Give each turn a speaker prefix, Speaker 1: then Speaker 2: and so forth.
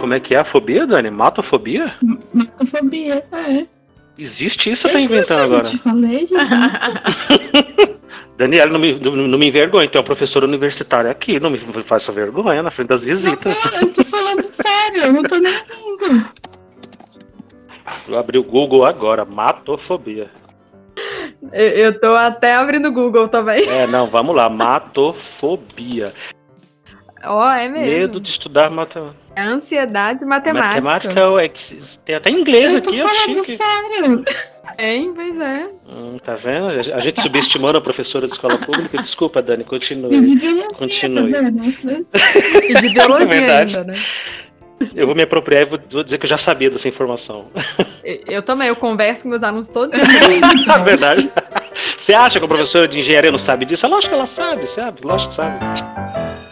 Speaker 1: Como é que é a fobia, Dani? Matofobia?
Speaker 2: Matofobia, é.
Speaker 1: Existe isso? Eu tô inventando agora.
Speaker 2: Eu te falei,
Speaker 1: Daniela, não me, não, não me envergonha. Então, é um professor universitário aqui. Não me faça vergonha na frente das visitas.
Speaker 2: Não, não, eu tô falando sério. Eu não tô nem rindo.
Speaker 1: Vou abrir o Google agora. Matofobia.
Speaker 3: Eu, eu tô até abrindo o Google também.
Speaker 1: É, não, vamos lá. Matofobia.
Speaker 2: Tá
Speaker 3: Ó, oh, é mesmo.
Speaker 1: Medo de estudar matemática.
Speaker 3: É ansiedade matemática.
Speaker 1: Matemática é que tem até inglês
Speaker 2: eu tô
Speaker 1: aqui, eu
Speaker 2: falando sério.
Speaker 3: Hein, pois é.
Speaker 1: Hum, tá vendo? A gente subestimando a professora de escola pública. Desculpa, Dani, continue.
Speaker 2: E de biologia,
Speaker 1: continue.
Speaker 2: tá vendo?
Speaker 3: E de biologia
Speaker 1: É Verdade.
Speaker 3: ainda, né?
Speaker 1: Eu vou me apropriar e vou- vou dizer que eu já sabia dessa informação.
Speaker 3: Eu, eu também, eu converso com meus alunos todo dia.
Speaker 1: Na verdade. É Você acha que a professora de engenharia não sabe disso? É lógico que ela sabe, sabe? Lógico que sabe.